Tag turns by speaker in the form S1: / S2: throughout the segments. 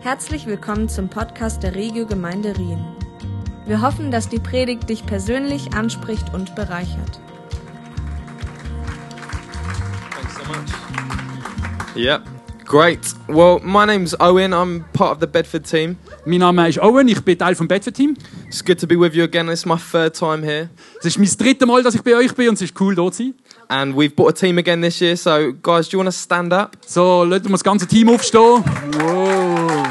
S1: Herzlich willkommen zum Podcast der Regio Gemeinde Rien. Wir hoffen, dass die Predigt dich persönlich anspricht und bereichert.
S2: Thanks so much. Yeah, great. Well, my name's Owen. I'm part of the Bedford team.
S3: Mein Name ist Owen, ich bin Teil vom Bedford-Team.
S2: It's good to be with you again. It's my third time here,
S3: Es ist mein drittes Mal, dass ich bei euch bin und es ist cool, dort zu sein.
S2: and we've bought a team again this year. So, guys, do you want to stand up?
S3: So, lassen wir das ganze Team aufstehen. Wow.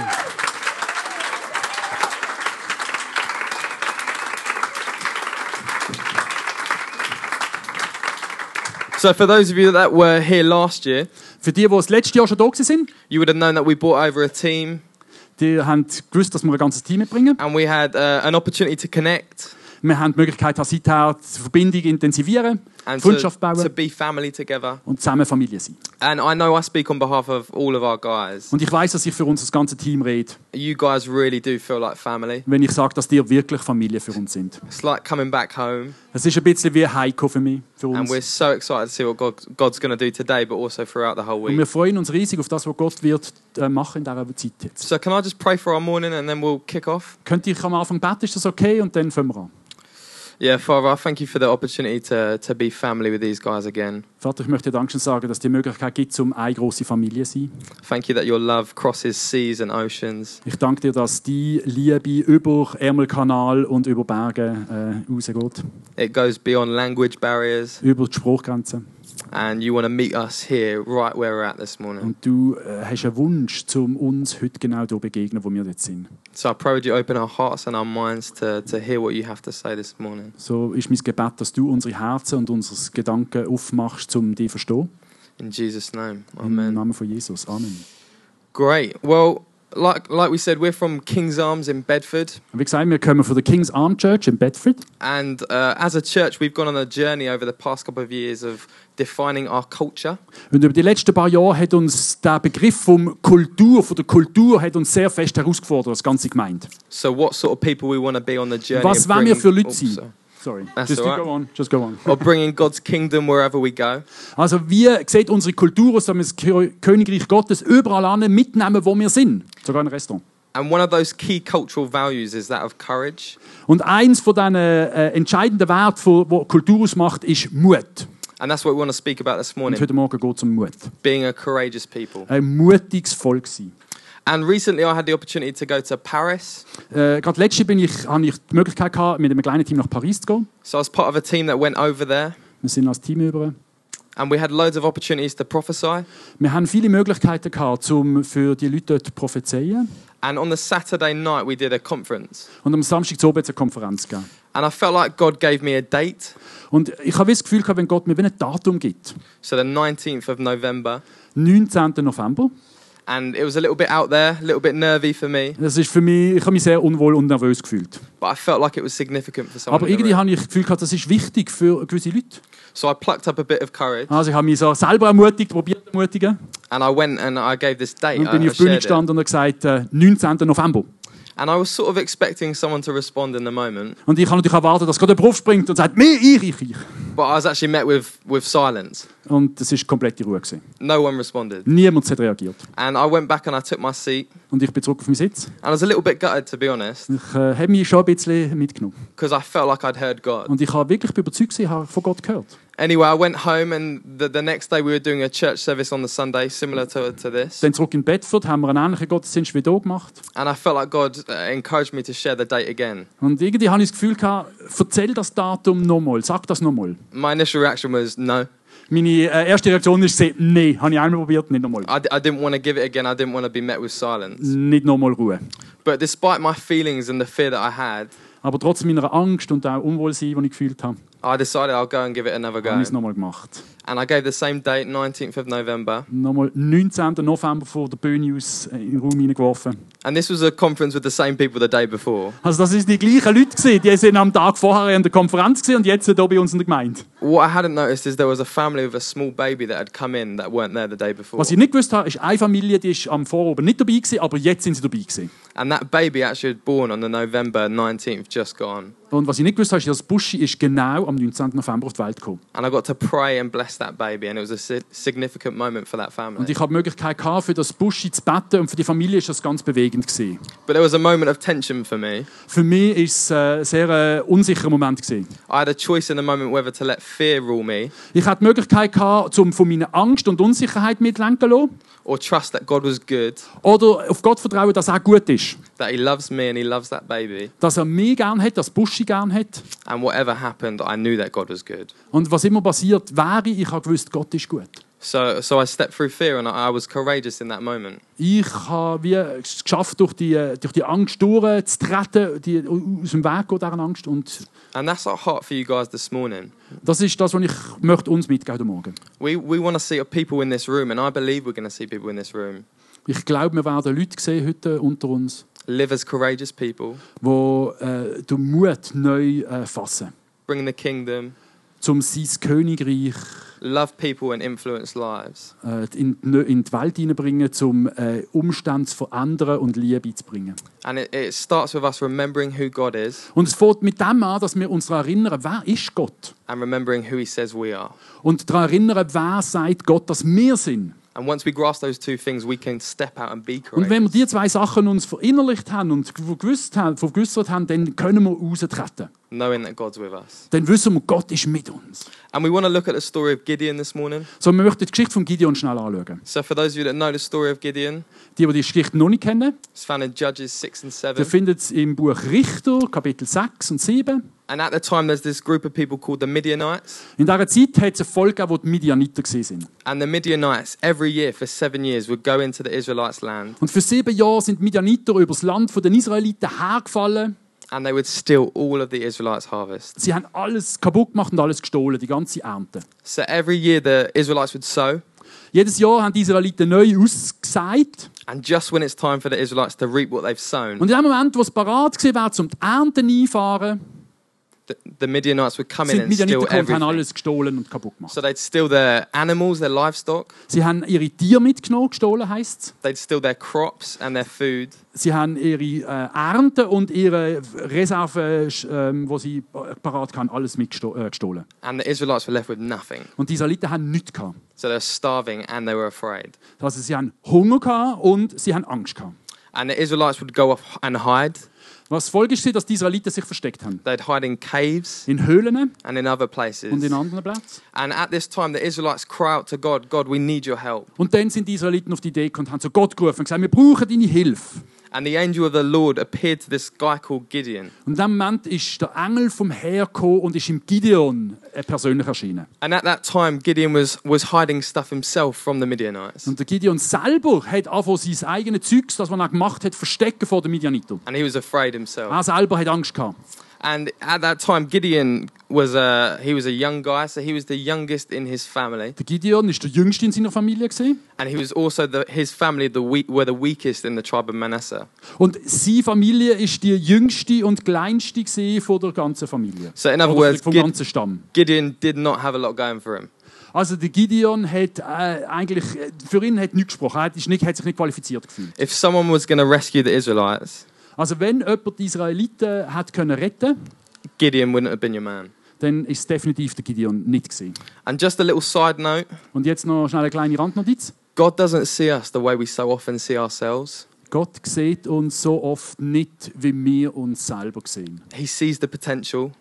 S2: So, for those of you that were here last year,
S3: Für die, die das letzte Jahr schon da waren,
S2: you would have known that we bought over a team,
S3: die haben gewusst, dass wir ein ganzes Team mitbringen.
S2: and we had uh, an opportunity to connect
S3: Wir haben die Möglichkeit, dass seither die Verbindung intensivieren,
S2: and to,
S3: Freundschaft bauen
S2: to be family together.
S3: und zusammen Familie sein.
S2: And I know I speak on behalf of all of our guys.
S3: Und ich weiß, dass ich für uns das ganze Team rede,
S2: You guys really do feel like family.
S3: wenn ich sage, dass die wirklich Familie für uns sind.
S2: It's like coming back home,
S3: Es ist ein bisschen wie Heiko für mich, für
S2: and
S3: uns.
S2: we're so excited to see what God, God's going to do today, but also throughout the whole
S3: Und
S2: week.
S3: wir freuen uns riesig auf das, was Gott wird äh, machen in dieser Zeit jetzt.
S2: So, can I just pray for our morning and then we'll kick off?
S3: Könnte ich am Anfang beten, ist das okay? Und dann fangen wir an.
S2: Yeah, Father, I thank you for the opportunity to, to be family with these guys again.
S3: Vater, ich möchte dir Dankeschön sagen, dass es die Möglichkeit gibt, um eine große Familie zu sein.
S2: Thank you that your love crosses seas and oceans.
S3: Ich danke dir, dass die Liebe über Ärmelkanal und über Berge äh, rausgeht,
S2: It goes beyond language barriers,
S3: über die Spruchgrenzen.
S2: and you want to meet us here, right where we're at this morning.
S3: Und du äh, hast einen Wunsch, um uns heute genau dort begegnen, wo wir jetzt sind.
S2: So I pray would you open our hearts and our minds to, to hear what you have to say this morning.
S3: So ist mein Gebet, dass du unsere Herzen und unsere Gedanken aufmachst, um dich zu verstehen.
S2: In Jesus' name,
S3: Im
S2: Amen.
S3: Namen von Jesus. Amen.
S2: Great. Well, like like we said, we're from King's Arms in Bedford,
S3: Und wie gesagt, wir kommen von der King's Arm Church in Bedford.
S2: and uh, as a church, we've gone on a journey over the past couple of years of defining our culture.
S3: Und über die letzten paar Jahre hat uns der Begriff vom Kultur, von der Kultur, hat uns sehr fest herausgefordert, das ganze Gemeinde.
S2: So, what sort of people we want to be on the journey?
S3: Was
S2: of
S3: wollen wir
S2: bringing-
S3: für Leute
S2: Oops,
S3: sein?
S2: sorry.
S3: Sorry,
S2: That's
S3: just you
S2: alright.
S3: go on, just go on.
S2: or bringing God's kingdom wherever we go.
S3: Also wie sieht unsere Kultur aus, dass wir das Kö- Königreich Gottes überall an mitnehmen, wo wir sind, sogar in ein Restaurant.
S2: And one of those key cultural values is that of courage.
S3: Und eins von diesen äh, entscheidenden Werten, von- wo Kultur ausmacht, ist Mut.
S2: And that's what we want to speak about this
S3: Und
S2: morning
S3: heute Morgen geht es um Mut.
S2: being a courageous people.
S3: Ein mutiges Volk sein.
S2: And recently I had the opportunity to go to Paris.
S3: Äh, Gerade letzte bin ich, habe ich die Möglichkeit gehabt, mit einem kleinen Team nach Paris zu gehen.
S2: So I was part of a team that went over there.
S3: Wir sind als Team über.
S2: And we had loads of opportunities to prophesy.
S3: Wir haben viele Möglichkeiten gehabt, um für die Leute dort zu prophezeien.
S2: And on the Saturday night, we did a conference.
S3: Und am Samstag zu oben eine Konferenz gegeben.
S2: And I felt like God gave me a date.
S3: Und ich habe das Gefühl gehabt, wenn Gott mir wie ein Datum gibt,
S2: So the 19th of November.
S3: 19. November.
S2: And it was a little bit out there, a little bit nervy for me.
S3: Das ist für mich, ich habe mich sehr unwohl und nervös gefühlt.
S2: But I felt like it was significant for someone.
S3: Aber
S2: in the
S3: irgendwie
S2: room.
S3: habe ich das Gefühl gehabt, das ist wichtig für gewisse Leute.
S2: So I plucked up a bit of courage.
S3: Also ich habe mich so selber ermutigt, probiert zu ermutigen.
S2: And I went and I gave this date.
S3: Dann
S2: I-
S3: bin
S2: I
S3: ich auf die Bühne
S2: shared it.
S3: gestanden und habe gesagt, äh, 19. November.
S2: And I was sort of expecting someone to respond in the moment,
S3: Und ich habe natürlich erwartet, dass Gott jemand springt und sagt, mir, ich, ich, ich.
S2: but I was actually met with, with silence.
S3: Und das ist komplette Ruhe. Gewesen.
S2: No one responded.
S3: Niemand hat reagiert.
S2: And I went back and I took my seat.
S3: Und ich bin zurück auf meinen Sitz.
S2: And I was a little bit gutted, to be honest,
S3: Ich äh, habe mich schon ein bisschen mitgenommen.
S2: because I felt like I'd heard God.
S3: Und ich habe wirklich überzeugt, gewesen, habe von Gott gehört.
S2: Anyway, I went home, and the, the next day we were doing a church service on the Sunday, similar to, to this.
S3: Dann zurück in Bedford haben wir einen ähnlichen Gottesdienst wie hier gemacht.
S2: And I felt like God uh, encouraged me to share the date again.
S3: Und irgendwie habe ich das Gefühl gehabt, erzähl das Datum nochmal, sag das nochmal.
S2: My initial reaction was no.
S3: Meine äh, erste Reaktion ist, gewesen, nee, habe ich einmal probiert, nicht nochmal.
S2: I, d- I didn't want to give it again. I didn't want to be met with silence.
S3: Nicht nochmal Ruhe.
S2: But despite my feelings and the fear that I had,
S3: Aber trotz meiner Angst und auch Unwohlsein, die ich gefühlt habe,
S2: I decided I'll go and give it another
S3: habe
S2: go.
S3: ich es nochmal gemacht.
S2: And I gave the same date, 19th of November.
S3: Nochmal 19. November vor der Bühne aus äh, in den Raum hineingeworfen.
S2: And this was a conference with the same people the day before.
S3: Also das waren die gleichen Leute, gewesen, die sind am Tag vorher an der Konferenz gewesen und jetzt sind hier bei uns in der Gemeinde.
S2: What I hadn't noticed is there was a family with a small baby that had come in that weren't there the day before.
S3: Was ich nicht gewusst habe, ist eine Familie, die ist am Vorabend nicht dabei gewesen, aber jetzt sind sie dabei gewesen.
S2: And that baby actually was born on the November 19th, just gone.
S3: Und was ich nicht gewusst habe, ist, dass Buschi ist genau am 19. November auf die Welt gekommen.
S2: And I got to pray and bless that baby, and it was a si- significant moment for that
S3: Und
S2: family.
S3: ich habe die Möglichkeit gehabt, für das Buschi zu beten und für die Familie ist das ganz bewegend gewesen.
S2: But there was a moment of tension for me.
S3: Für mich ist es äh, ein sehr äh, unsicherer Moment gewesen.
S2: I had a choice in the moment whether to let fear rule me
S3: Ich hatte die Möglichkeit gehabt, zum von meiner Angst und Unsicherheit mitlenken zu lassen,
S2: or trust that God was good,
S3: oder auf Gott vertrauen, dass er gut ist,
S2: that He loves me and He loves that baby.
S3: dass er mich gern hat, dass Buschi gern hat.
S2: And whatever happened, I knew that God was good.
S3: Und was immer passiert wäre, ich habe gewusst, Gott ist gut.
S2: So, so I stepped through fear and I I was courageous in that moment.
S3: Ich habe wie es geschafft, durch die, äh, durch die Angst durchzutreten, die, aus dem Weg gehen, dieser Angst. Und
S2: And that's our heart for you guys this morning.
S3: das ist das, was ich möchte uns mitgeben heute Morgen.
S2: We, we want to see people in this room, and I believe we're going to see people in this room
S3: Ich glaube, wir werden Leute sehen heute unter uns,
S2: live as courageous people,
S3: die äh, den Mut neu äh, fassen,
S2: bring the kingdom,
S3: um sein Königreich
S2: love people, and influence lives.
S3: äh, in, die- in die Welt hineinbringen, um äh, Umstände zu verändern und Liebe zu bringen.
S2: And it, it starts with us remembering who God is
S3: Und es fängt mit dem an, dass wir uns daran erinnern, wer ist Gott?
S2: and remembering who He says we are.
S3: Und daran erinnern, wer sagt Gott, dass wir sind.
S2: And once we grasp those two things, we can step out and be
S3: Und wenn
S2: courageous.
S3: wir die zwei Sachen uns verinnerlicht haben und gewusst haben, vergewissert haben, dann können wir raustreten.
S2: knowing that God's with us.
S3: Dann wissen wir, Gott ist mit uns.
S2: And we want to look at the story of Gideon this morning.
S3: So, wir möchten die Geschichte von Gideon schnell anschauen.
S2: So, for those of you that know the story of Gideon,
S3: Die, die die Geschichte noch nicht kennen,
S2: it's found in Judges 6 and 7.
S3: Ihr findet es im Buch Richter, Kapitel 6 und 7.
S2: And at the time, there's this group of people called the Midianites.
S3: In dieser Zeit hat es ein Volk gegeben, wo die Midianiter waren.
S2: And the Midianites, every year for seven years, would go into the Israelites' land
S3: Und für sieben Jahre sind die Midianiter über das Land der Israeliten hergefallen.
S2: and they would steal all of the Israelites' harvest.
S3: Sie haben alles kaputt gemacht und alles gestohlen, die ganze Ernte.
S2: So every year, the Israelites would sow.
S3: Jedes Jahr haben die Israeliten neu ausgesagt.
S2: And just when it's time for the Israelites to reap what they've sown,
S3: Und in dem Moment, wo es parat gewesen war, um die Ernte einfahren,
S2: the, the Midianites would come in
S3: sind die
S2: and steal
S3: Midianiter gekommen und haben
S2: everything.
S3: alles gestohlen und kaputt gemacht.
S2: So they'd steal their animals, their livestock,
S3: Sie haben ihre Tiere mitgenommen, gestohlen heisst
S2: they'd steal their crops and their food.
S3: es. Sie haben ihre äh, Ernte und ihre Reserve, sch- ähm, wo sie äh, parat hatten, alles mitgestohlen. Äh, gestohlen.
S2: And the Israelites were left with nothing.
S3: und die Israeliten haben nichts gehabt.
S2: So they were starving and they were afraid.
S3: Das heißt, sie haben Hunger gehabt und sie haben Angst gehabt.
S2: And the Israelites would go off and hide.
S3: Was die Folge ist, dass die Israeliten sich versteckt haben.
S2: They'd hide in caves
S3: In Höhlen
S2: and in other places.
S3: und in anderen Plätzen.
S2: And at this time, the Israelites cry out to God, God, we need your help.
S3: Und dann sind die Israeliten auf die Idee gekommen und haben zu Gott gerufen und gesagt, wir brauchen deine Hilfe.
S2: And the angel of the Lord appeared to this guy called Gideon.
S3: Und in dem Moment ist der Engel vom Herr gekommen und ist im Gideon äh, persönlich erschienen.
S2: And at that time, Gideon was, was hiding stuff himself from the Midianites.
S3: Und der Gideon selber hat angefangen, sein eigenes Zeugs, das man gemacht hat, verstecken vor den Midianiter.
S2: And he was afraid himself.
S3: Er selber hat Angst gehabt.
S2: And at that time, Gideon was a, he was a young guy, so he was the youngest in his family.
S3: Der Gideon war der jüngste in seiner Familie. Gewesen.
S2: And he was also, the, his family the weak, were the weakest in the tribe of Manasseh.
S3: Und seine Familie war die jüngste und kleinste gewesen von der ganzen Familie.
S2: So in other
S3: Oder
S2: words,
S3: vom
S2: Gid-
S3: ganzen Stamm.
S2: Gideon did not have a lot going for him.
S3: Also der Gideon hat äh, eigentlich, äh, für ihn hat nichts gesprochen. Er hat, ist nicht, hat sich nicht qualifiziert gefühlt.
S2: If someone was going to rescue the Israelites,
S3: Also wenn jemand die Israeliten hat können retten
S2: Gideon wouldn't have been your man.
S3: dann ist es definitiv der Gideon nicht gewesen.
S2: And just a little side note
S3: Und jetzt noch schnell eine kleine Randnotiz.
S2: God doesn't see us the way we so often see ourselves.
S3: Gott sieht uns so oft nicht, wie wir uns selber sehen.
S2: He sees the potential,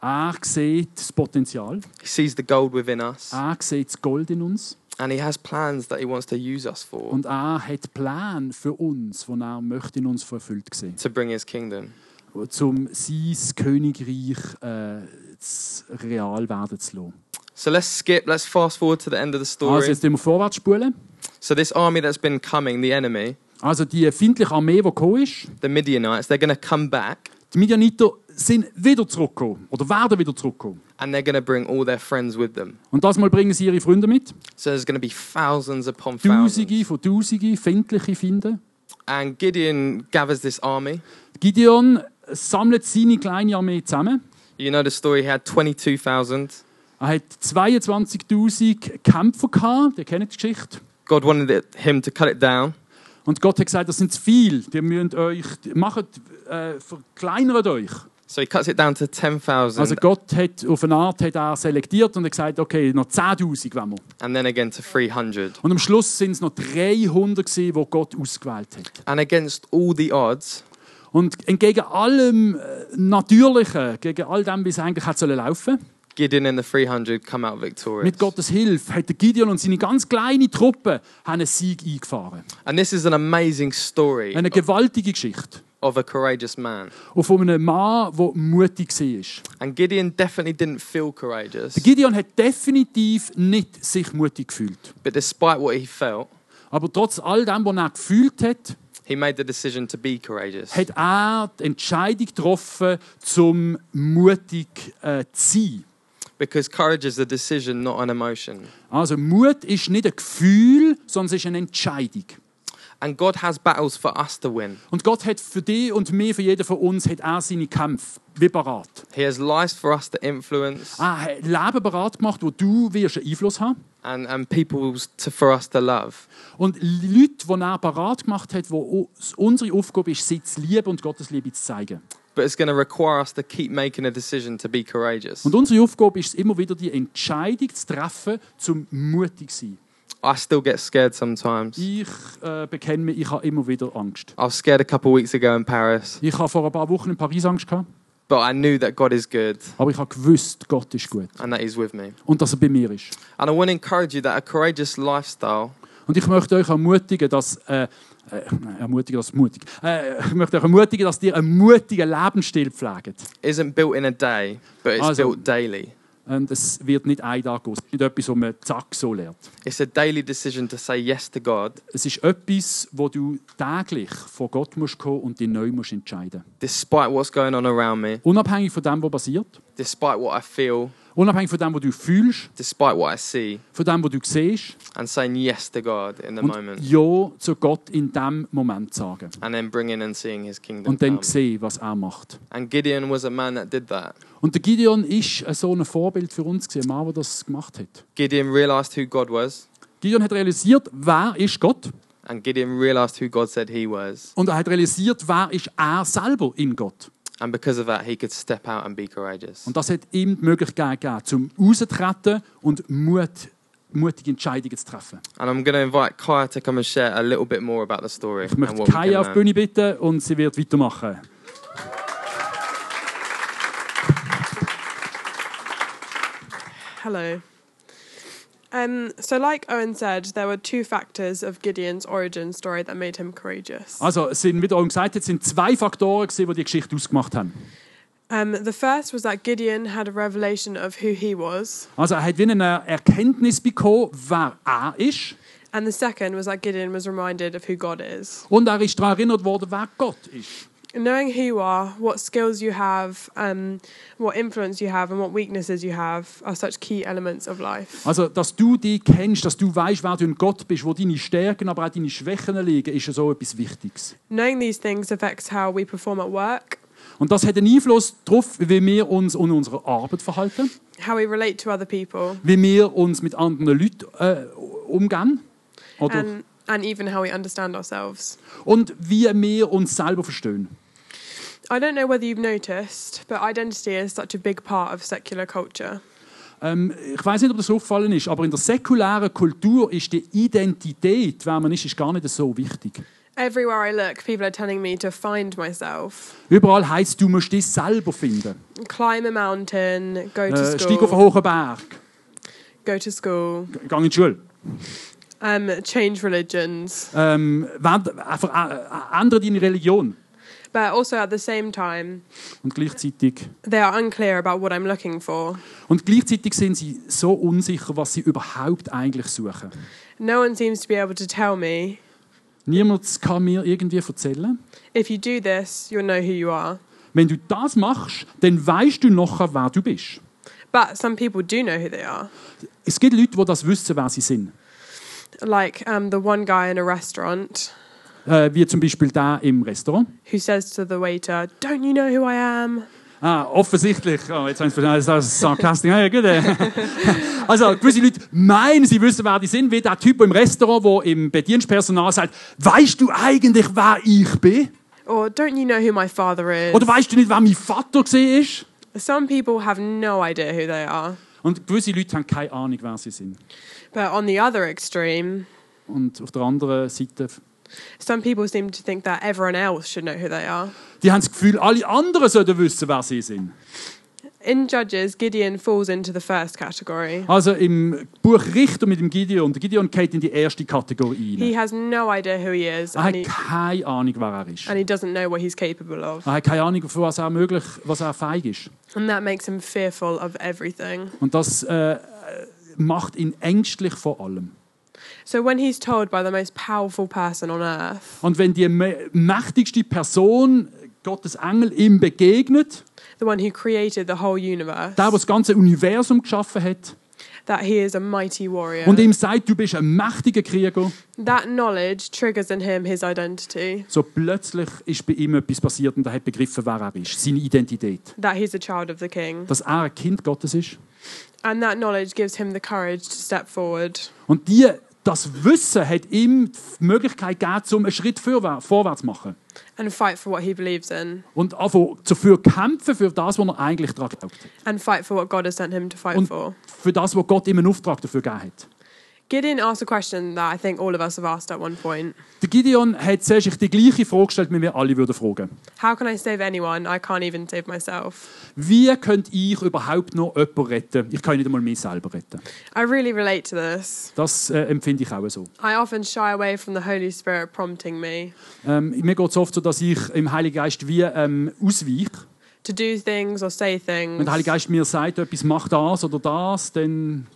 S3: Er sieht das Potenzial,
S2: He sees the gold within us,
S3: er sieht das Gold in uns
S2: and He has plans that He wants to use us for
S3: und er hat Pläne für uns, die er möchte in uns verfüllt sehen.
S2: to bring His kingdom.
S3: um sein Königreich äh, zu- real werden zu lassen.
S2: So let's skip, let's fast forward to the end of the
S3: Also
S2: story.
S3: jetzt gehen wir vorwärts spulen.
S2: So, this army that's been coming, the enemy,
S3: Also die feindliche Armee, die gekommen ist,
S2: the Midianites, they're going to come back
S3: die Midianiter sind wieder zurückgekommen oder werden wieder zurückgekommen.
S2: and they're going to bring all their friends with them.
S3: Und das mal bringen sie ihre Freunde mit.
S2: So there's going to be thousands upon thousands.
S3: Tausende von Tausenden feindliche finden.
S2: And Gideon gathers this army.
S3: Gideon sammelt seine kleine Armee zusammen.
S2: You know the story, he had 22,000.
S3: Er hat 22.000 Kämpfer gehabt, ihr kennt die Geschichte.
S2: God wanted it- him to cut it down,
S3: Und Gott hat gesagt, das sind zu viel. Die müsst euch, macht, äh, verkleinert euch.
S2: so he cuts it down to
S3: Also
S2: 10,000
S3: Gott hat auf eine Art hat er selektiert und hat gesagt, okay, noch 10.000 wollen wir.
S2: and then again to 300.
S3: Und am Schluss sind es noch 300 gewesen, die Gott ausgewählt hat.
S2: And against all the odds,
S3: Und entgegen allem äh, Natürlichen, gegen all dem, wie es eigentlich hätte sollen laufen
S2: Gideon and the 300 come out victorious.
S3: mit Gottes Hilfe hat der Gideon und seine ganz kleine Truppe haben einen Sieg eingefahren.
S2: And this is an amazing story
S3: Eine gewaltige Geschichte.
S2: of a courageous man.
S3: Und von einem Mann, der mutig war.
S2: And Gideon definitely didn't feel courageous,
S3: Gideon hat definitiv nicht sich mutig gefühlt.
S2: but despite what he felt,
S3: Aber trotz all dem, was er gefühlt hat,
S2: he made the decision to be courageous.
S3: hat er die Entscheidung getroffen, zum mutig äh, zu sein.
S2: Because courage is a decision, not an emotion.
S3: Also Mut ist nicht ein Gefühl, sondern es ist eine Entscheidung.
S2: And God has battles for us to win.
S3: Und Gott hat für dich und mir, für jeden von uns, hat er seine Kämpfe wie parat.
S2: He has lives for us to influence
S3: Er hat Ah, Leben parat gemacht, wo du wirst einen Einfluss haben
S2: and, and people to, for us to love.
S3: Und Leute, die er parat gemacht hat, wo uns- unsere Aufgabe ist, sie zu lieben und Gottes Liebe zu zeigen.
S2: But it's going to require us to keep making a decision to be courageous.
S3: Und unsere Aufgabe ist es immer wieder, die Entscheidung zu treffen, zum mutig zu sein.
S2: I still get scared sometimes.
S3: Ich äh, bekenne mich, ich habe immer wieder Angst.
S2: I was scared a couple weeks ago in Paris,
S3: Ich habe vor ein paar Wochen in Paris Angst gehabt,
S2: but I knew that God is good
S3: aber ich habe gewusst, Gott ist gut
S2: and that He's with me.
S3: und dass er bei mir ist.
S2: And I want to encourage you that a courageous lifestyle
S3: Und ich möchte euch ermutigen, dass äh, äh, ermutigen, dass mutig. Äh, ich möchte euch ermutigen, dass ihr einen mutigen Lebensstil pflegt.
S2: isn't built in a day, but it's
S3: Also-
S2: built daily.
S3: Und es Ähm, wird nicht ein Tag gehen. Es ist nicht etwas, was man zack so lernt.
S2: It's a daily decision to say yes to God
S3: Es ist etwas, wo du täglich vor Gott musst kommen und dich neu musst entscheiden.
S2: despite what's going on around me,
S3: Unabhängig von dem, was passiert,
S2: despite what I feel,
S3: unabhängig von dem, was du fühlst,
S2: despite what I see,
S3: von dem, was du siehst,
S2: and saying yes to God in the
S3: und
S2: moment.
S3: ja zu Gott in dem Moment sagen.
S2: and then bringing and seeing his kingdom
S3: Und dann
S2: come.
S3: sehen, was er macht.
S2: And Gideon was a man that did that.
S3: Und der Gideon ist äh, so ein Vorbild für uns, gewesen, ein Mann, der das gemacht hat.
S2: Gideon realized who God was,
S3: Gideon hat realisiert, wer ist Gott?
S2: and Gideon realized who God said he was,
S3: Und er hat realisiert, wer ist er selber in Gott?
S2: and because of that, he could step out and be courageous.
S3: Und das hat ihm die Möglichkeit gegeben, zum rauszutreten und Mut, mutige Entscheidungen zu treffen.
S2: And I'm going to invite Kaya to come and share a little bit more about the story
S3: Ich
S2: and
S3: möchte
S2: what we can
S3: Kaya auf die
S2: learn.
S3: Bühne bitten und sie wird weitermachen.
S4: Hello. Um, so, like Owen said, there were two factors of Gideon's origin story that made him courageous.
S3: Also, es sind, wie der Owen gesagt hat, es sind zwei Faktoren, gewesen, die die Geschichte ausgemacht haben.
S4: Um, the first was that Gideon had a revelation of who he was,
S3: Also, er hat wie eine Erkenntnis bekommen, wer er ist.
S4: and the second was that Gideon was reminded of who God is.
S3: Und er ist daran erinnert worden, wer Gott ist.
S4: Knowing who you are, what skills you have, um, what influence you have, and what weaknesses you have are such key elements of life.
S3: Also, dass du dich kennst, dass du weißt, wer du in Gott bist, wo deine Stärken, aber auch deine Schwächen liegen, ist ja so etwas Wichtiges.
S4: Knowing these things affects how we perform at work,
S3: Und das hat einen Einfluss darauf, wie wir uns in unserer Arbeit verhalten,
S4: how we relate to other people,
S3: wie wir uns mit anderen Leuten äh, umgehen oder,
S4: and, and even how we understand ourselves.
S3: und wie wir uns selber verstehen.
S4: I don't know whether you've noticed, but identity is such a big part of secular culture.
S3: Ähm, ich weiß nicht, ob das aufgefallen ist, aber in der säkularen Kultur ist die Identität, wer man ist, ist gar nicht so wichtig.
S4: Everywhere I look, people are telling me to find myself,
S3: Überall heißt du musst dich selber finden.
S4: climb a mountain, go to
S3: Äh, steig auf einen
S4: school,
S3: hohen Berg,
S4: go to school,
S3: g- geh in die Schule.
S4: um, change religions.
S3: Ähm, wend- äh, ver- äh, äh, ändere deine Religion.
S4: But also at the same time,
S3: Und gleichzeitig,
S4: they are unclear about what I'm looking for.
S3: und gleichzeitig sind sie so unsicher, was sie überhaupt eigentlich suchen.
S4: No one seems to be able to tell me
S3: Niemand kann mir irgendwie erzählen.
S4: if you do this, you'll know who you are.
S3: Wenn du das machst, dann weißt du nachher, wer du bist.
S4: But some people do know who they are,
S3: Es gibt Leute, die das wissen, wer sie sind.
S4: like um, the one guy in a restaurant
S3: Äh, wie zum Beispiel der im Restaurant.
S4: who says to the waiter, "Don't you know who I am?"
S3: Ah, offensichtlich. Oh, jetzt haben sie verstanden, das ist Sarkastik. Ah, ja, gut. äh. Also, gewisse Leute meinen, sie wissen, wer die sind, wie der Typ im Restaurant, der im Bedienstpersonal sagt, weißt du eigentlich, wer ich bin?
S4: Or don't you know who my father is?
S3: Oder weißt du nicht, wer mein Vater war?
S4: Some people have no idea who they are.
S3: Und gewisse Leute haben keine Ahnung, wer sie sind.
S4: But on the other extreme,
S3: Und auf der anderen Seite,
S4: some people seem to think that everyone else should know who they are.
S3: die haben das Gefühl, alle anderen sollten wissen, wer sie sind.
S4: In Judges, Gideon falls into the first category.
S3: Also im Buch Richter mit dem Gideon. Der Gideon geht in die erste Kategorie
S4: He
S3: rein.
S4: has no idea who he is,
S3: Er
S4: and
S3: hat
S4: he,
S3: keine Ahnung, wer er ist.
S4: and he doesn't know what he's capable of.
S3: Er hat keine Ahnung, für was er möglich, was er feig ist.
S4: And that makes him fearful of everything.
S3: Und das äh, macht ihn ängstlich vor allem.
S4: So when he's told by the most powerful person on earth,
S3: Und wenn die mä- mächtigste Person Gottes Engel ihm begegnet,
S4: the one who created the whole universe,
S3: der, der das ganze Universum geschaffen hat,
S4: that he is a mighty warrior,
S3: und ihm sagt, du bist ein mächtiger Krieger,
S4: that knowledge triggers in him his identity,
S3: so plötzlich ist bei ihm etwas passiert und er hat begriffen, wer er ist, seine Identität.
S4: that he's a child of the king.
S3: Dass er ein Kind Gottes ist.
S4: And that knowledge gives him the courage to step forward.
S3: Und die, das Wissen hat ihm die Möglichkeit gegeben, um einen Schritt vorwär- vorwärts zu machen.
S4: and fight for what he believes in
S3: Und einfach dafür kämpfen, für das, was er eigentlich daran glaubt.
S4: and fight for what God has sent him to fight
S3: Und-
S4: for.
S3: Für das, was Gott ihm einen Auftrag dafür gegeben hat.
S4: Gideon asked a question that I think all of us have asked at one point.
S3: Der Gideon hat sehr sich die gleiche Frage gestellt, wie wir alle würden fragen.
S4: How can I save anyone? I can't even save myself.
S3: Wie könnte ich überhaupt noch jemanden retten? Ich kann nicht einmal mich selber retten.
S4: I really relate to this.
S3: Das äh, empfinde ich auch so.
S4: I often shy away from the Holy Spirit prompting me
S3: Ähm, mir geht es oft so, dass ich im Heiligen Geist wie ähm, ausweiche.
S4: to do things or say
S3: Wenn
S4: things
S3: der Heilige Geist mir sagt, etwas mach das oder das, dann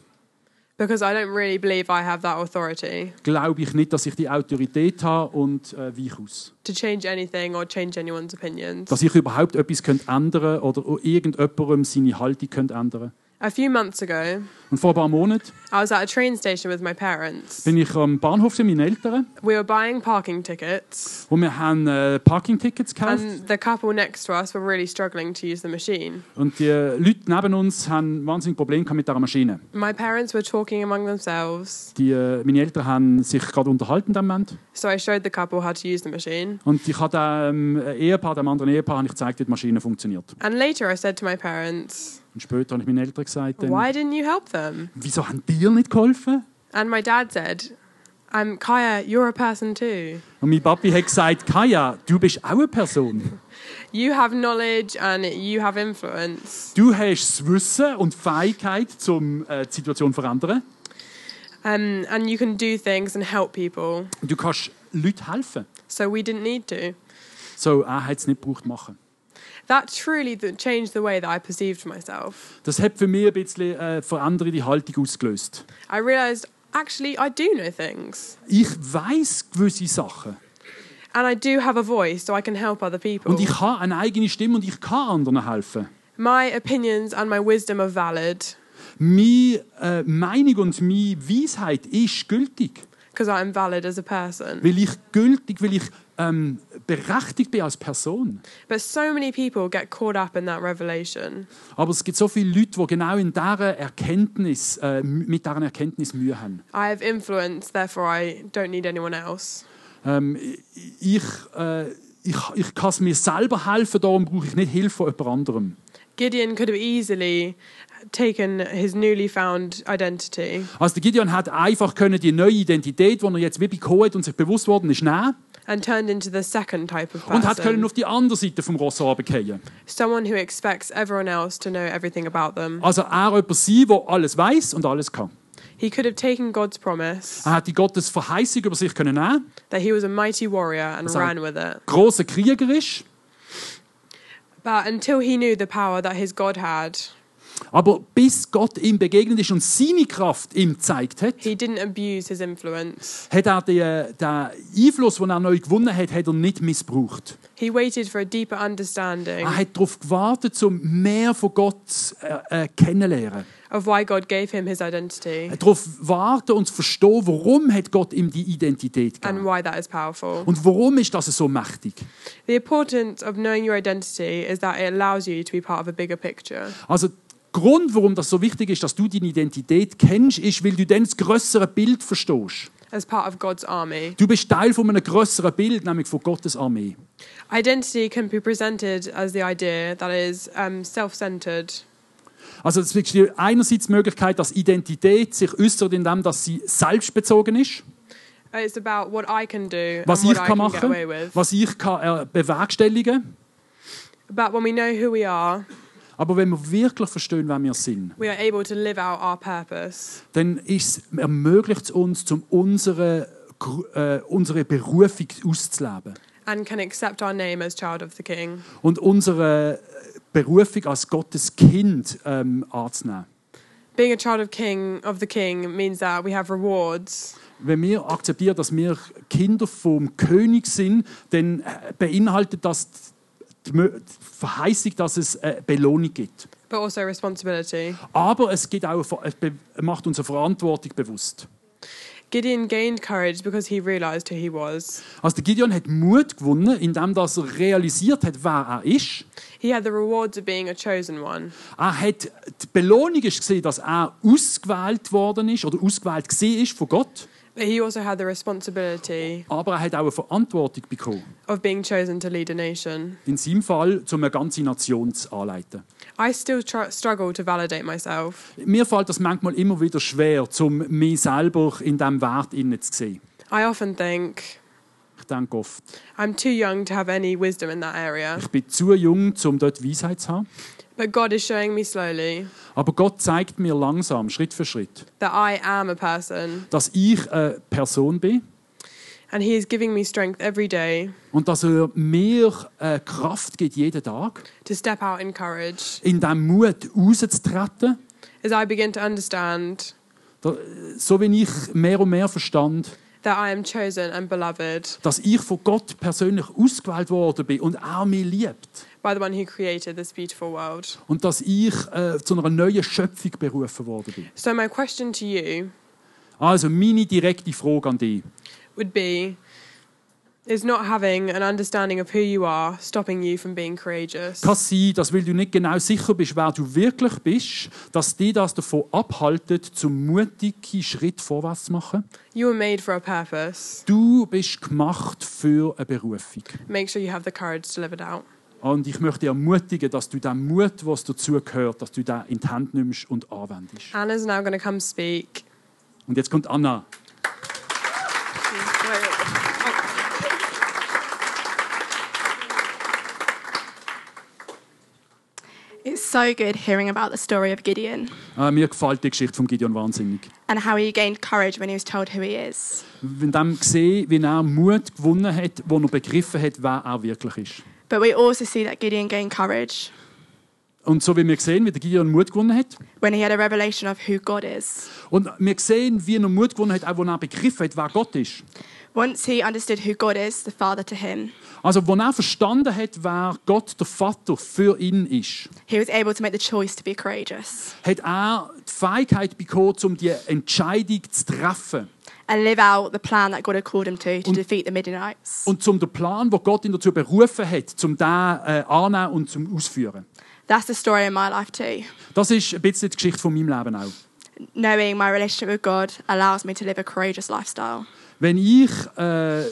S4: because I don't really believe I have that authority
S3: glaube ich nicht, dass ich die Autorität habe und äh, weiche aus.
S4: to change anything or change anyone's opinions.
S3: Dass ich überhaupt etwas könnte ändern könnte oder irgendjemandem seine Haltung könnte ändern
S4: A few months ago,
S3: Und vor ein paar Monaten
S4: I was at a train station with my parents.
S3: bin ich am Bahnhof mit meinen Eltern
S4: We were buying parking tickets.
S3: und wir haben äh, Parkingtickets gekauft.
S4: And the couple next to us were really struggling to use the machine.
S3: Und die äh, Leute neben uns haben wahnsinnig Probleme gehabt mit dieser Maschine.
S4: My parents were talking among themselves,
S3: Die, äh, meine Eltern haben sich gerade unterhalten in dem Moment.
S4: so I showed the couple how to use the machine.
S3: Und ich habe dem äh, Ehepaar, dem anderen Ehepaar, habe ich gezeigt, wie die Maschine funktioniert.
S4: And later I said to my parents,
S3: Und später habe ich meinen Eltern gesagt, dann,
S4: Why didn't you help them?
S3: wieso haben die nicht geholfen?
S4: And my dad said, I'm Kaya, you're a person too.
S3: Und mein Papi hat gesagt, Kaya, du bist auch eine Person.
S4: You have knowledge and you have influence.
S3: Du hast das Wissen und die Fähigkeit, um äh, die Situation zu verändern.
S4: Um, and you can do things and help people.
S3: Du kannst Leuten helfen.
S4: So we didn't need to.
S3: So, er hat es nicht gebraucht machen.
S4: That truly th- changed the way that I perceived myself.
S3: Das hat für mich ein bisschen äh, verändernde Haltung ausgelöst.
S4: I realized actually I do know things.
S3: Ich weiß gewisse Sachen.
S4: And I do have a voice, so I can help other people.
S3: Und ich habe eine eigene Stimme und ich kann anderen helfen.
S4: My opinions and my wisdom are valid
S3: Meine äh, Meinung und meine Weisheit ist gültig.
S4: because I am valid as a person.
S3: Weil ich gültig, weil ich ähm, berechtigt bin als Person.
S4: But so many people get caught up in that revelation.
S3: Aber es gibt so viele Leute, die genau in dieser Erkenntnis, äh, mit dieser Erkenntnis Mühe haben.
S4: I have influence, therefore I don't need anyone else.
S3: Ähm, ich, äh, ich, ich kann es mir selber helfen, darum brauche ich nicht Hilfe von jemand anderem.
S4: Gideon could have easily taken his newly found identity
S3: Also der Gideon hat einfach können die neue Identität, die er jetzt wie bekommen hat und sich bewusst worden ist, nehmen
S4: and turned into the second type of
S3: und hat können
S4: person
S3: auf die andere Seite vom Ross runterfallen.
S4: someone who expects everyone else to know everything about them.
S3: Also er jemand sein, der alles weiß und alles kann.
S4: He could have taken God's promise
S3: Er hat die Gottes Verheißung über sich können nehmen,
S4: that he was a mighty warrior and
S3: Sorry.
S4: ran with it.
S3: großer Krieger ist,
S4: But until he knew the power that his God had,
S3: aber bis Gott ihm begegnet ist und seine Kraft ihm gezeigt hat,
S4: He didn't abuse his influence.
S3: hat er den, den Einfluss, den er neu gewonnen hat, hat er nicht missbraucht.
S4: He waited for a deeper understanding
S3: Er hat darauf gewartet, um mehr von Gott äh, äh, kennenzulernen.
S4: of why God gave him his identity
S3: Darauf warten und zu verstehen, warum hat Gott ihm die Identität
S4: and
S3: gegeben.
S4: why that is powerful.
S3: Und warum ist das so mächtig?
S4: The importance of knowing your identity is that it allows you to be part of a bigger picture.
S3: Also der Grund, warum das so wichtig ist, dass du deine Identität kennst, ist, weil du dann das größere Bild verstehst.
S4: as part of God's army.
S3: Du bist Teil von einem größeren Bild, nämlich von Gottes Armee.
S4: Identity can be presented as the idea that is um, self centered.
S3: Also es ist einerseits die Möglichkeit, dass Identität sich äußert, indem dass sie selbstbezogen ist,
S4: It's about what I can do and
S3: was
S4: what
S3: ich
S4: I
S3: kann
S4: can get
S3: machen,
S4: away with.
S3: was ich kann äh, bewerkstelligen.
S4: But when we know who we are,
S3: Aber wenn wir wirklich verstehen, wer wir sind,
S4: we are able to live out our purpose.
S3: dann ist es- ermöglicht es uns, um unsere, Gru- äh, unsere Berufung auszuleben
S4: And can accept our name as child of the King,
S3: und unsere Berufung als Gottes Kind ähm, anzunehmen.
S4: being a child of King of the King means that we have rewards.
S3: Wenn wir akzeptieren, dass wir Kinder vom König sind, dann äh, beinhaltet das die Mö- die Verheißung, dass es äh, Belohnung gibt.
S4: But also responsibility.
S3: Aber es, gibt auch eine Ver- es be- macht unsere Verantwortung bewusst.
S4: Gideon gained courage because he realized who he was.
S3: Also der Gideon hat Mut gewonnen, indem dass er realisiert hat, wer er ist.
S4: He had the rewards of being a chosen one.
S3: Er hat die Belohnung ist gesehen, dass er ausgewählt worden ist oder ausgewählt gesehen ist von Gott.
S4: But he also had the responsibility
S3: Aber er hat auch eine Verantwortung bekommen.
S4: of being chosen to lead a nation.
S3: In seinem Fall, um eine ganze Nation zu anleiten.
S4: I still tr- struggle to validate myself.
S3: Mir fällt das manchmal immer wieder schwer, um mich selber in diesem Wert innen zu sehen.
S4: I often think
S3: Ich denke oft,
S4: I'm too young to have any wisdom in that area,
S3: ich bin zu jung, um dort Weisheit zu haben.
S4: but God is showing me slowly
S3: Aber Gott zeigt mir langsam, Schritt für Schritt,
S4: that I am a person
S3: dass ich eine Person bin
S4: and He is giving me strength every day
S3: und dass er mir äh, Kraft gibt, jeden Tag,
S4: to step out in courage
S3: in diesem Mut rauszutreten.
S4: as I begin to understand
S3: Da, so wie ich mehr und mehr verstand,
S4: that I am chosen and beloved
S3: dass ich von Gott persönlich ausgewählt worden bin und er mich liebt.
S4: by the one who created this beautiful world.
S3: Und dass ich äh, zu einer neuen Schöpfung berufen worden bin.
S4: So, my question to you
S3: Also meine direkte Frage an dich.
S4: would be Is not having an understanding of who you are stopping you from being courageous?
S3: Kann es sein, dass weil du nicht genau sicher bist, wer du wirklich bist, dass dich das davon abhaltet, zum mutigen Schritt vorwärts zu machen?
S4: You were made for a purpose.
S3: Du bist gemacht für eine Berufung.
S4: make sure you have the courage to live it out.
S3: Und ich möchte dich ermutigen, dass du den Mut, was dazu gehört, dass du den in die Hand nimmst und anwendest.
S4: Anna's now going to come speak.
S3: Und jetzt kommt Anna.
S5: It's so good hearing about the story of Gideon
S3: Äh, mir gefällt die Geschichte von Gideon wahnsinnig.
S5: and how he gained courage when he was told who he is.
S3: Wenn dem gesehen, wie er Mut gewonnen hat, wo er begriffen hat, wer er wirklich ist.
S5: But we also see that Gideon gained courage
S3: Und so wie wir sehen, wie der Gideon Mut gewonnen hat,
S5: when he had a revelation of who God is.
S3: Und wir sehen, wie er Mut gewonnen hat, auch als er begriffen hat, wer Gott ist.
S5: Once he understood who God is, the Father to him,
S3: Also, als er verstanden hat, wer Gott, der Vater, für ihn ist,
S5: he was able to make the choice to be courageous
S3: hat er die Fähigkeit bekommen, um die Entscheidung zu treffen.
S5: and live out the plan that God had called him to to defeat the Midianites.
S3: Und zum den Plan, den Gott ihn dazu berufen hat, zum den äh, annehmen und zum ausführen.
S5: That's the story in my life too.
S3: Das ist ein bisschen die Geschichte von meinem Leben auch.
S5: Knowing my relationship with God allows me to live a courageous lifestyle.
S3: Wenn ich äh,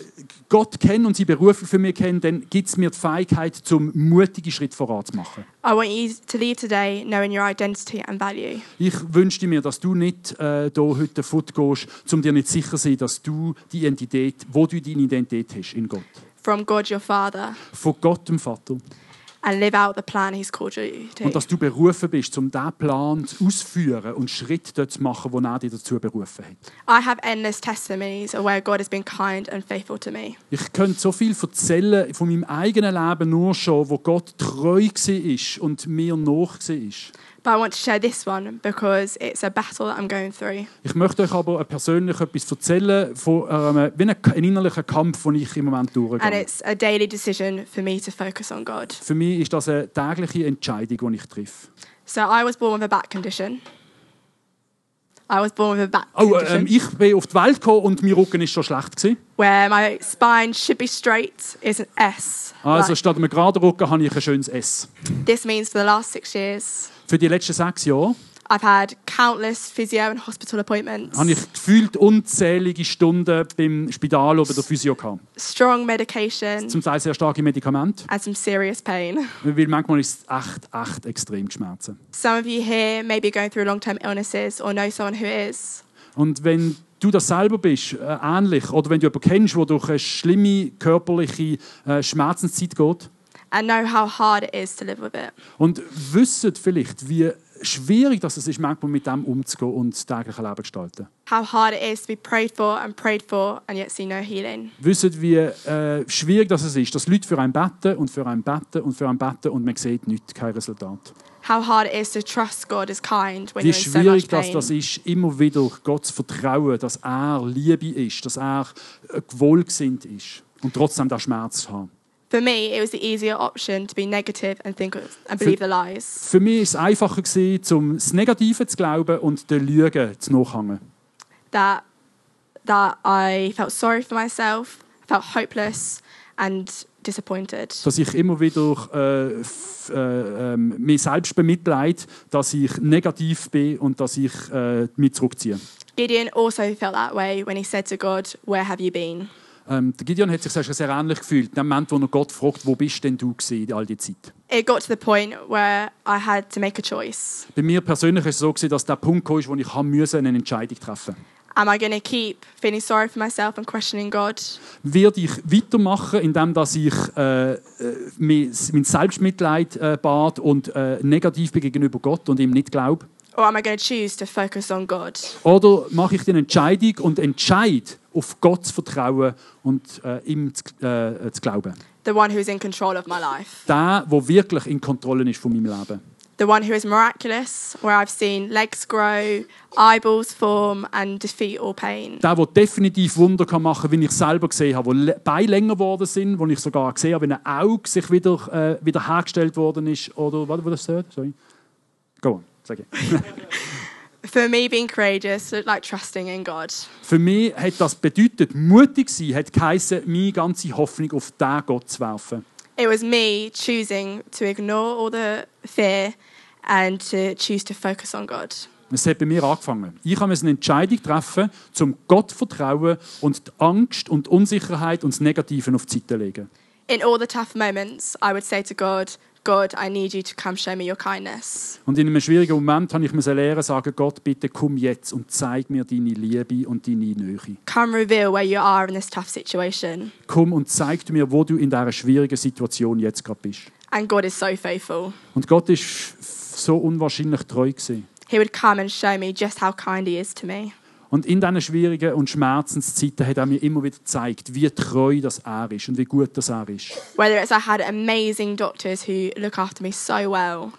S3: Gott kenne und seine Berufung für mich kenne, dann gibt es mir die Fähigkeit, zum mutigen Schritt voranzumachen.
S5: I want you to leave today knowing your identity and value.
S3: Ich wünschte mir, dass du nicht äh, hier heute fortgehst, um dir nicht sicher zu sein, dass du die Identität, wo du deine Identität hast in Gott.
S5: from God your Father
S3: Von Gott, dem Vater.
S5: and live out the plan He's called you
S3: Und dass
S5: to.
S3: du berufen bist, um diesen Plan zu ausführen und Schritte dort zu machen, die er dich dazu berufen hat.
S5: I have endless testimonies of where God has been kind and faithful to me.
S3: Ich könnte so viel erzählen von meinem eigenen Leben nur schon, wo Gott treu war und mir nach war.
S5: But I want to share this one because it's a battle that I'm going through.
S3: Ich möchte euch aber persönlich etwas erzählen von einem, wie einem innerlichen Kampf, den ich im Moment
S5: And
S3: durchgehe.
S5: it's a daily decision for me to focus on God.
S3: Für mich ist das eine tägliche Entscheidung, die ich treffe.
S5: So I was born with a back condition. I was born with a back
S3: Oh,
S5: condition
S3: ähm, ich bin auf die Welt gekommen und mein Rücken ist schon schlecht. Gewesen.
S5: where my spine should be straight is an S.
S3: Also
S5: Like,
S3: statt einem geraden Rücken habe ich ein schönes S.
S5: this means for the last six years,
S3: Für die letzten sechs Jahre
S5: I've had countless physio and hospital appointments,
S3: habe ich gefühlt unzählige Stunden beim Spital oder der Physio gehabt.
S5: strong medication,
S3: Zum Teil sehr starke Medikamente,
S5: and some serious pain.
S3: weil manchmal ist es echt, echt extrem die Schmerzen.
S5: Some of you here may be going through long term illnesses or know someone who is.
S3: Und wenn du das selber bist, äh, ähnlich, oder wenn du jemanden kennst, der durch eine schlimme körperliche äh, Schmerzenszeit geht,
S5: And know how hard it is to live with it.
S3: und wissen vielleicht, wie schwierig das es ist, manchmal mit dem umzugehen und das tägliche Leben zu gestalten.
S5: How hard it is to be prayed for and prayed for and yet see no healing.
S3: Wissen, wie äh, schwierig das es ist, dass Leute für einen beten und für einen beten und für einen beten und man sieht nichts, kein Resultat.
S5: How hard it is to trust God is kind when
S3: Wie
S5: you're in so much
S3: schwierig das,
S5: pain.
S3: das ist, immer wieder Gott zu vertrauen, dass er Liebe ist, dass er äh, wohlgesinnt ist und trotzdem den Schmerz zu haben.
S5: For me, it was the easier option to be negative and think and believe the lies.
S3: Für mich war es einfacher, gewesen, zum das Negative zu glauben und den Lügen zu nachhängen.
S5: That that I felt sorry for myself, felt hopeless and disappointed.
S3: Dass ich immer wieder äh, f- äh, ähm, mich selbst bemitleid, dass ich negativ bin und dass ich äh, mich zurückziehe.
S5: Gideon also felt that way when he said to God, "Where have you been?"
S3: Ähm, der Gideon hat sich sehr, sehr ähnlich gefühlt, im Moment, wo er Gott fragt, wo bist denn du gewesen, all die Zeit?
S5: It got to the point where I had to make a choice.
S3: Bei mir persönlich war es so, gewesen, dass der Punkt kam, wo ich haben müssen, eine Entscheidung treffen musste.
S5: Am I going to keep feeling sorry for myself and questioning God,
S3: werde ich weitermachen, indem dass ich äh, äh, mein mein Selbstmitleid äh, bat und äh, negativ bin gegenüber Gott und ihm nicht glaube?
S5: or am I going to choose to focus on God?
S3: Oder mache ich die Entscheidung und entscheide, auf Gott zu vertrauen und äh, ihm zu, äh, zu glauben?
S5: the one who's in control of my life,
S3: Der, der wirklich in Kontrolle ist von meinem Leben.
S5: the one who is miraculous, where I've seen legs grow, eyeballs form, and defeat all pain.
S3: Der, der definitiv Wunder kann machen kann, wie ich selber gesehen habe, wo Le- Beine länger geworden sind, wo ich sogar gesehen habe, wie ein Auge sich wieder, äh, wieder hergestellt worden ist. Oder, warte, wo das sagt? Sorry. Go on, sag ich.
S5: For me, being courageous looked like trusting in God.
S3: Für mich hat das bedeutet, mutig sein hat geheissen, meine ganze Hoffnung auf den Gott zu werfen.
S5: It was me choosing to ignore all the fear and to choose to focus on God.
S3: Es hat bei mir angefangen. Ich musste eine Entscheidung treffen, zum Gott zu vertrauen und die Angst und die Unsicherheit und das Negative auf die Seite legen.
S5: In all the tough moments, I would say to God, God, I need you to come show me your kindness.
S3: Und in einem schwierigen Moment habe ich mir lernen, sagen, Gott, bitte komm jetzt und zeig mir deine Liebe und deine Nähe.
S5: Come reveal where you are in this tough situation.
S3: Komm und zeig mir, wo du in dieser schwierigen Situation jetzt gerade bist.
S5: And God is so faithful.
S3: Und Gott ist so unwahrscheinlich treu gewesen.
S5: He would come and show me just how kind He is to me.
S3: Und in diesen schwierigen und Schmerzenszeiten hat er mir immer wieder gezeigt, wie treu das er ist und wie gut das er ist.
S5: Whether it's I had amazing doctors who look after me so well,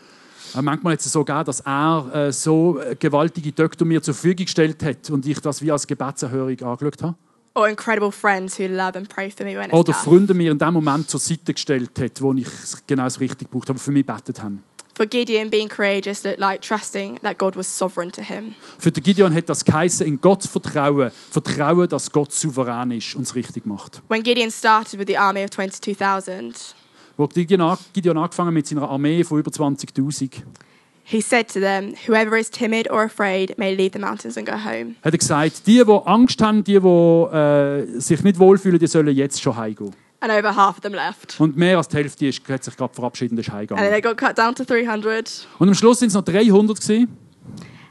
S3: Äh, Manchmal hat es sogar, dass er äh, so äh, gewaltige Töchter mir zur Verfügung gestellt hat und ich das wie als Gebetserhörung angeschaut habe.
S5: or incredible friends who love and pray for me when it's
S3: Oder
S5: tough.
S3: Freunde mir in dem Moment zur Seite gestellt hat, wo ich es genau das richtig gebraucht habe, für mich betet haben.
S5: For Gideon, being courageous looked like trusting that God was sovereign to him.
S3: Für den Gideon hat das geheißen, in Gott zu vertrauen. Vertrauen, dass Gott souverän ist und es richtig macht.
S5: When Gideon started with the army of 22,000,
S3: Wo Gideon, an- Gideon angefangen hat mit seiner Armee von über 20.000
S5: he said to them, Whoever is timid or afraid may leave the mountains and go home.
S3: hat er gesagt, die, die Angst haben, die, die äh, sich nicht wohlfühlen, die sollen jetzt schon heimgehen.
S5: And over half of them left.
S3: Und mehr als die Hälfte ist, hat sich gerade verabschiedet und ist
S5: And then
S3: heimgegangen.
S5: they got cut down to 300.
S3: Und am Schluss sind es noch 300 gewesen.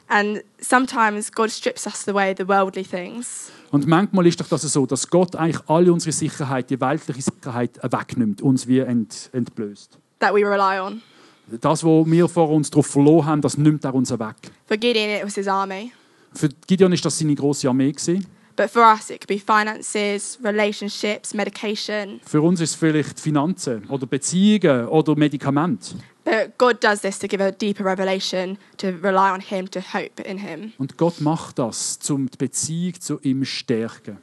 S5: And sometimes God strips us away the worldly things.
S3: Und manchmal ist doch das so, dass Gott eigentlich alle unsere Sicherheit, die weltliche Sicherheit äh, wegnimmt, uns wie ent, entblößt.
S5: that we rely on.
S3: Das, was wir vor uns drauf verloren haben, das nimmt er uns weg.
S5: For Gideon, it was his army.
S3: Für Gideon ist das seine große Armee gewesen.
S5: But for us, it could be finances, relationships, medication.
S3: Für uns ist es vielleicht Finanzen oder Beziehungen oder Medikamente.
S5: But God does this to give a deeper revelation, to rely on Him, to hope in Him.
S3: Und Gott macht das, um die Beziehung zu ihm zu stärken.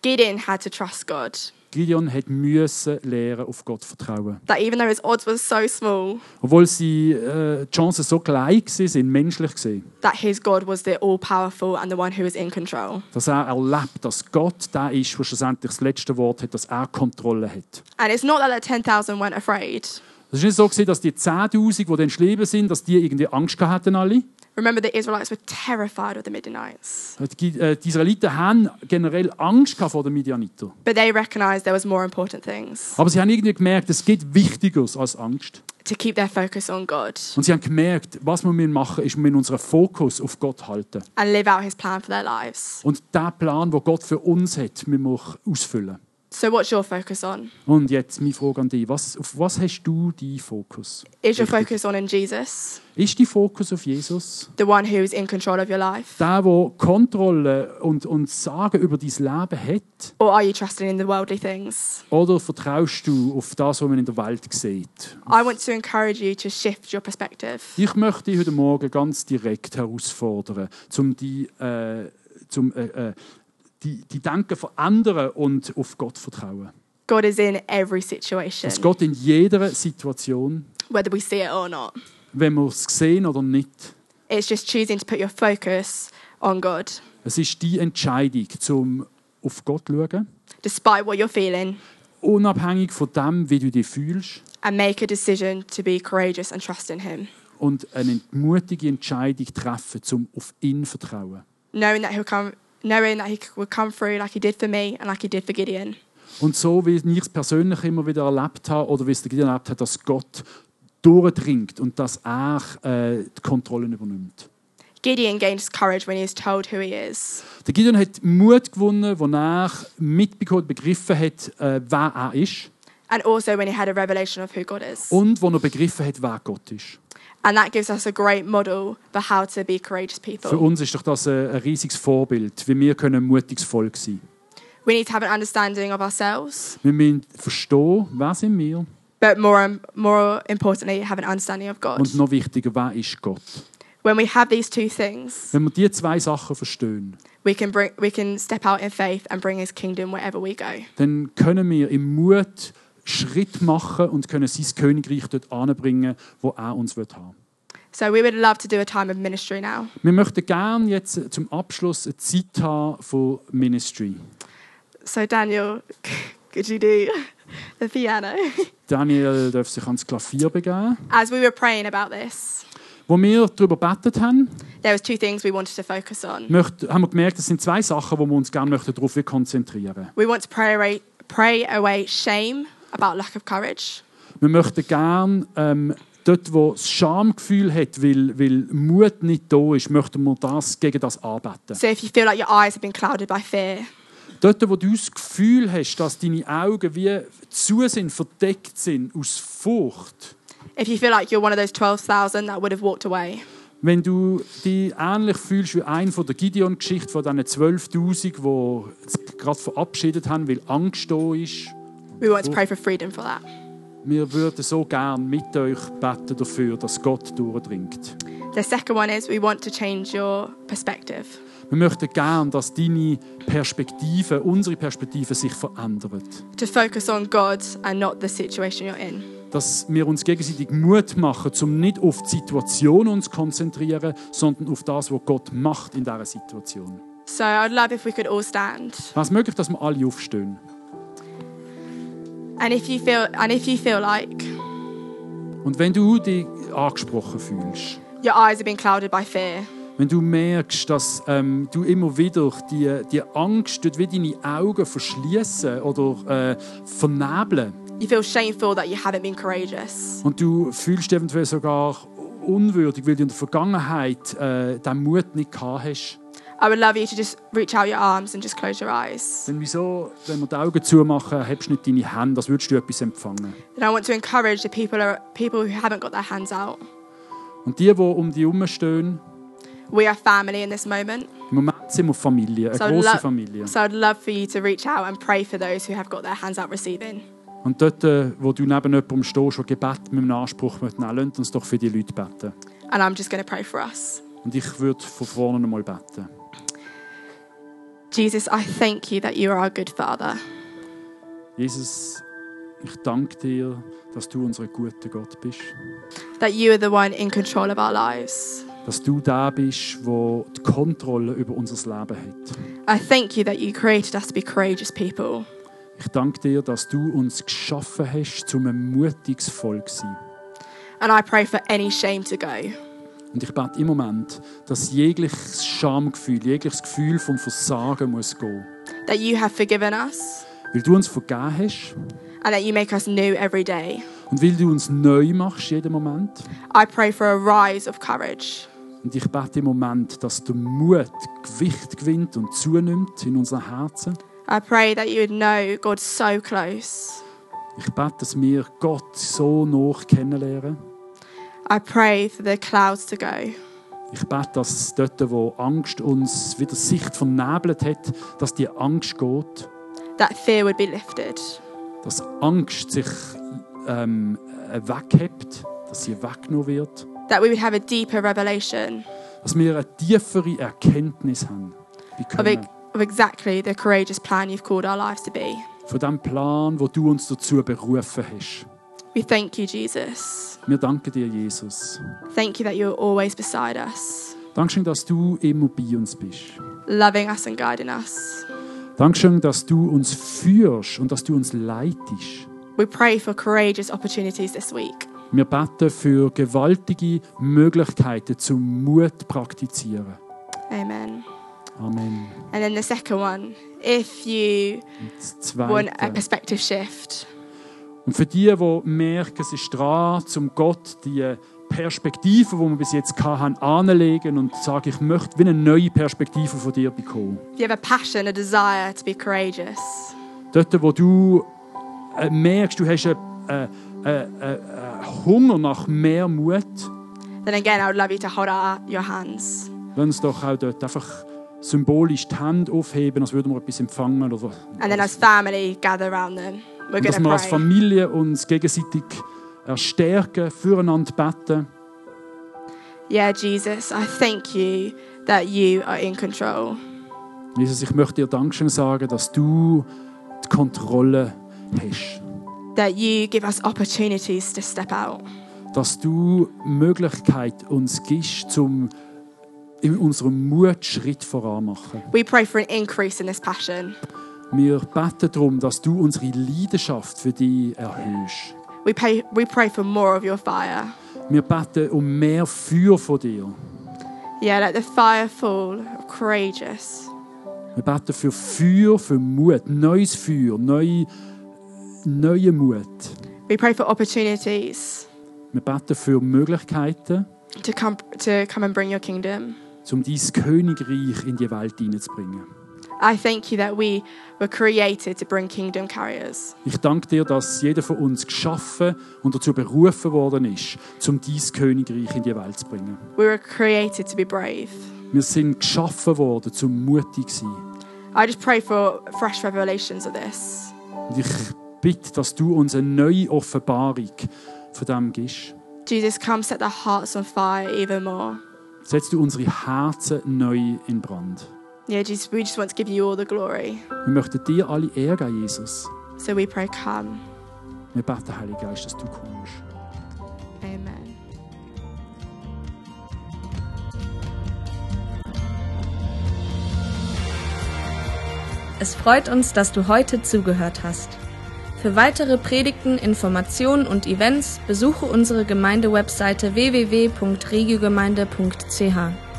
S5: Gideon had to trust God.
S3: Gideon hat müssen lernen, auf Gott zu vertrauen.
S5: That even though his odds were so small,
S3: Obwohl sie, äh, die Chancen so gleich waren, sind menschlich gesehen.
S5: that his God was the all powerful and the one who was in control.
S3: Dass er erlebt, dass Gott da ist, der schlussendlich das letzte Wort hat, dass er Kontrolle hat.
S5: And it's not that the 10,000 weren't afraid.
S3: Es war nicht so, gewesen, dass die 10'000, die dann schlieben sind, dass die irgendwie Angst gehabt hatten alle.
S5: Remember, the Israelites were terrified of the Midianites,
S3: Die äh, die Israeliten haben generell Angst gehabt vor den Midianitern.
S5: but they recognized there was more important things
S3: Aber sie haben irgendwie gemerkt, es gibt Wichtigeres als Angst.
S5: to keep their focus on God
S3: Und sie haben gemerkt, was wir müssen machen ist, wir müssen unseren Fokus auf Gott halten.
S5: and live out his plan for their lives.
S3: Und der Plan, den Gott für uns hat, müssen wir ausfüllen.
S5: So, what's your focus on?
S3: Und jetzt meine Frage an dich. Was, auf was hast du deinen Fokus?
S5: Is your
S3: Richtig.
S5: focus on in Jesus,
S3: Ist dein Fokus auf Jesus?
S5: the one who is in control of your life?
S3: Der, der Kontrolle und, und Sagen über dein Leben hat?
S5: Or are you trusting in the worldly things?
S3: Oder vertraust du auf das, was man in der Welt sieht?
S5: I want to encourage you to shift your perspective.
S3: Ich möchte dich heute Morgen ganz direkt herausfordern, um die, äh, zum, äh, äh, die, die Denken verändern und auf Gott vertrauen.
S5: God is in every situation,
S3: Dass Gott in jeder Situation,
S5: whether we see it or not.
S3: wenn wir es sehen oder nicht,
S5: It's just choosing to put your focus on God,
S3: es ist die Entscheidung, zum auf Gott zu schauen,
S5: despite what you're feeling,
S3: unabhängig von dem, wie du dich fühlst,
S5: and make a decision to be courageous and trust in Him,
S3: und eine mutige Entscheidung treffen, zum auf ihn vertrauen.
S5: knowing that He'll come, knowing that He will come through like He did for me and like He did for Gideon.
S3: Und so, wie ich es persönlich immer wieder erlebt habe, oder wie es der Gideon erlebt hat, dass Gott durchdringt und dass er äh, die Kontrollen übernimmt.
S5: Gideon gains courage when he is told who he is.
S3: Der Gideon hat Mut gewonnen, wonach mitbekommen und begriffen hat, äh, wer er ist
S5: And also when he had a revelation of who God is.
S3: und wo er begriffen hat, wer Gott ist.
S5: And that gives us a great model for how to be courageous
S3: Für
S5: people.
S3: uns ist doch das äh, ein riesiges Vorbild, wie wir können ein mutiges Volk sein können.
S5: We need to have an understanding of ourselves,
S3: Wir müssen verstehen, wer sind wir
S5: but more um, more importantly, have an understanding of God.
S3: und noch wichtiger, wer ist Gott.
S5: When we have these two things,
S3: Wenn wir diese zwei Sachen verstehen,
S5: we can bring we can step out in faith and bring His kingdom wherever we go.
S3: dann können wir im Mut Schritt machen und können sein Königreich dort anbringen, wo er uns wird haben.
S5: So we would love to do a time of ministry now.
S3: Wir möchten gerne jetzt zum Abschluss eine Zeit haben von Ministry.
S5: So Daniel, could you do the piano?
S3: Daniel darf sich ans Klavier begeben.
S5: As we were praying about this,
S3: Wo wir darüber betet haben,
S5: there was two things we wanted to focus on.
S3: möcht- haben wir gemerkt, es sind zwei Sachen, wo wir uns gerne möchten darauf konzentrieren möchten.
S5: We want to pray away, pray away shame about lack of courage,
S3: Wir möchten gerne ähm, dort, wo das Schamgefühl hat, weil, weil Mut nicht da ist, möchten wir das gegen das arbeiten.
S5: So if you feel like your eyes have been clouded by fear,
S3: Dort, wo du das Gefühl hast, dass deine Augen wie zu sind, verdeckt sind aus Furcht,
S5: if you feel like you're one of those 12,000 that would have walked away,
S3: wenn du dich ähnlich fühlst wie ein von der Gideon-Geschichte von diesen 12'000, die sich gerade verabschiedet haben, weil Angst da ist,
S5: we want to pray for freedom for that.
S3: wir würden so gern mit euch beten dafür, dass Gott durchdringt.
S5: The second one is we want to change your perspective.
S3: Wir möchten gern, dass deine Perspektive, unsere Perspektive sich verändert.
S5: To focus on God and not the situation you're in.
S3: Dass wir uns gegenseitig Mut machen, um nicht auf die Situation uns zu konzentrieren, sondern auf das, was Gott macht in dieser Situation.
S5: So I'd love if we could all stand.
S3: Es ist möglich, dass wir alle aufstehen.
S5: And if you feel and if you feel like
S3: Und wenn du dich angesprochen fühlst,
S5: your eyes have been clouded by fear,
S3: wenn du merkst, dass ähm, du immer wieder die, die Angst, dort wie deine Augen verschließen oder äh, vernebeln,
S5: you feel shameful that you haven't been courageous,
S3: Und du fühlst dich eventuell sogar unwürdig, weil du in der Vergangenheit äh, diesen Mut nicht gehabt hast.
S5: I would love you to just reach out your arms and just close your eyes.
S3: Denn wieso, wenn wir die Augen zumachen, hebst du nicht deine Hände, als würdest du etwas empfangen.
S5: And I want to encourage the people are, people who haven't got their hands out.
S3: Und die, die um dich herumstehen,
S5: We are family in this moment.
S3: im Moment sind wir Familie, eine
S5: So
S3: große
S5: lo-
S3: Familie.
S5: So I'd love for you to reach out and pray for those who have got their hands out receiving.
S3: Und dort, äh, wo du neben jemandem stehst, der Gebet mit einem Anspruch nehmen möchte, lasst uns doch für die Leute beten.
S5: And I'm just going to pray for us.
S3: Und ich würde von vorne nochmal beten.
S5: Jesus, I thank you that you are our good Father.
S3: Jesus, ich danke dir, dass du unser guter Gott bist.
S5: that you are the one in control of our lives.
S3: Dass du da bist, wo die Kontrolle über unser Leben hat.
S5: I thank you that you created us to be courageous people.
S3: Ich danke dir, dass du uns geschaffen hast, zum ein mutiges Volk zu sein.
S5: And I pray for any shame to go.
S3: Und ich bete im Moment, dass jegliches Schamgefühl, jegliches Gefühl vom Versagen muss gehen.
S5: That you have forgiven us
S3: Weil du uns vergeben hast
S5: and that you make us new every day.
S3: und weil du uns neu machst jeden Moment.
S5: I pray for a rise of courage.
S3: Und ich bete im Moment, dass der Mut Gewicht gewinnt und zunimmt in unseren Herzen.
S5: I pray that you would know God so close.
S3: Ich bete, dass wir Gott so noch kennenlernen.
S5: I pray for the clouds to go.
S3: Ich bete, dass dort, wo Angst uns wieder Sicht vernebelt hat, dass die Angst geht.
S5: That fear would be lifted.
S3: Dass Angst sich ähm, äh, weghebt, dass sie weggenommen wird.
S5: That we would have a deeper revelation
S3: Dass wir eine tiefere Erkenntnis haben. Wie
S5: of,
S3: können
S5: ex- of exactly the courageous plan you've called our lives to be.
S3: von dem Plan, wo du uns dazu berufen hast.
S5: We thank you, Jesus.
S3: Wir danken dir, Jesus.
S5: Thank you that you're always beside us,
S3: Dankeschön, dass du immer bei uns bist.
S5: loving us and guiding us.
S3: Dankeschön, dass du uns führst und dass du uns leitest.
S5: We pray for courageous opportunities this week.
S3: Wir beten für gewaltige Möglichkeiten zum Mut praktizieren.
S5: Amen.
S3: Amen.
S5: And then the second one, if you
S3: Und das
S5: want a
S3: Zweite.
S5: perspective shift,
S3: Und für die, die merken, es ist dran, zum Gott die Perspektiven, die wir bis jetzt hatten, anzulegen und sagen, ich möchte wie eine neue Perspektive von dir bekommen.
S5: if you have a passion, a desire to be courageous,
S3: Dort, wo du äh, merkst, du hast einen äh, äh, äh, äh, Hunger nach mehr Mut,
S5: then again, I would love you to hold out your hands.
S3: lass uns doch auch dort einfach symbolisch die Hände aufheben, als würden wir etwas empfangen. Oder
S5: And then as family, gather around them. We're
S3: Und dass wir
S5: going
S3: als
S5: to pray.
S3: Familie uns gegenseitig erstärken, füreinander beten.
S5: Yeah, Jesus, I thank you that you are in control.
S3: Jesus, ich möchte dir Dankeschön sagen, dass du die Kontrolle hast.
S5: that you give us opportunities to step out,
S3: Dass du Möglichkeit uns gibst, um in unserem Mut Schritt voran zu machen.
S5: we pray for an increase in this passion.
S3: Wir beten darum, dass du unsere Leidenschaft für dich erhöhst.
S5: We, pay, we pray for more of your fire.
S3: Wir beten um mehr Feuer von dir.
S5: Yeah, let the fire fall, courageous.
S3: Wir beten für Feuer, für Mut, neues Feuer, neue, neue Mut.
S5: We pray for opportunities
S3: Wir beten für Möglichkeiten,
S5: to come, to come and bring your kingdom.
S3: um dein Königreich in die Welt hineinzubringen.
S5: I thank you that we were created to bring kingdom carriers.
S3: Ich danke dir, dass jeder von uns geschaffen und dazu berufen worden ist, um dein Königreich in die Welt zu bringen.
S5: We were created to be brave.
S3: Wir sind geschaffen worden, um mutig zu sein.
S5: I just pray for fresh revelations of this.
S3: Und ich bitte, dass du uns eine neue Offenbarung von dem gibst.
S5: Jesus, come set the hearts on fire even more.
S3: Setzt du unsere Herzen neu in Brand.
S5: Yeah, Jesus, we just want to give you all the glory.
S3: Wir möchten dir alle Ehre geben, Jesus.
S5: So we pray, come.
S3: Wir beten, Heiliger Geist, dass du kommst.
S5: Amen.
S1: Es freut uns, dass du heute zugehört hast. Für weitere Predigten, Informationen und Events besuche unsere Gemeindewebseite www.regiogemeinde.ch.